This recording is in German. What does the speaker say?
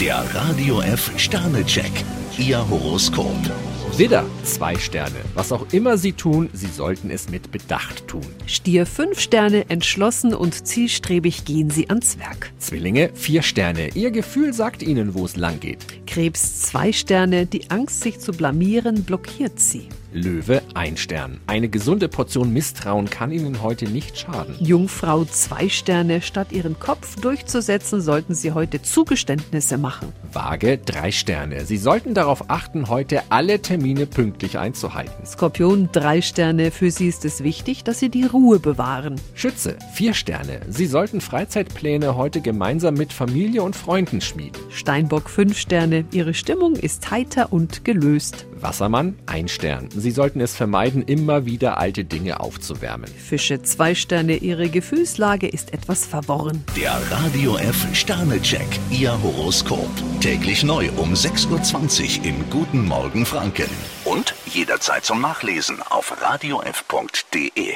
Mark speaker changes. Speaker 1: Der Radio F Sternecheck, Ihr Horoskop.
Speaker 2: Widder, zwei Sterne. Was auch immer Sie tun, Sie sollten es mit Bedacht tun.
Speaker 3: Stier 5 Sterne, entschlossen und zielstrebig gehen Sie ans Werk.
Speaker 2: Zwillinge, vier Sterne. Ihr Gefühl sagt Ihnen, wo es lang geht.
Speaker 3: Krebs 2 Sterne, die Angst, sich zu blamieren, blockiert Sie.
Speaker 2: Löwe, ein Stern. Eine gesunde Portion Misstrauen kann Ihnen heute nicht schaden.
Speaker 3: Jungfrau 2 Sterne, statt Ihren Kopf durchzusetzen, sollten Sie heute Zugeständnisse machen.
Speaker 2: Waage, drei Sterne. Sie sollten darauf achten, heute alle Termine pünktlich einzuhalten.
Speaker 3: Skorpion 3 Sterne, für Sie ist es wichtig, dass Sie die Ruhe bewahren.
Speaker 2: Schütze, vier Sterne. Sie sollten Freizeitpläne heute gemeinsam mit Familie und Freunden schmieden.
Speaker 3: Steinbock 5 Sterne, Ihre Stimmung ist heiter und gelöst.
Speaker 2: Wassermann, ein Stern. Sie sollten es vermeiden, immer wieder alte Dinge aufzuwärmen.
Speaker 3: Fische 2 Sterne, Ihre Gefühlslage ist etwas verworren.
Speaker 1: Der Radio F Sternecheck, Ihr Horoskop. Täglich neu um 6.20 Uhr im Guten Morgen Franken. Und jederzeit zum Nachlesen auf radiof.de.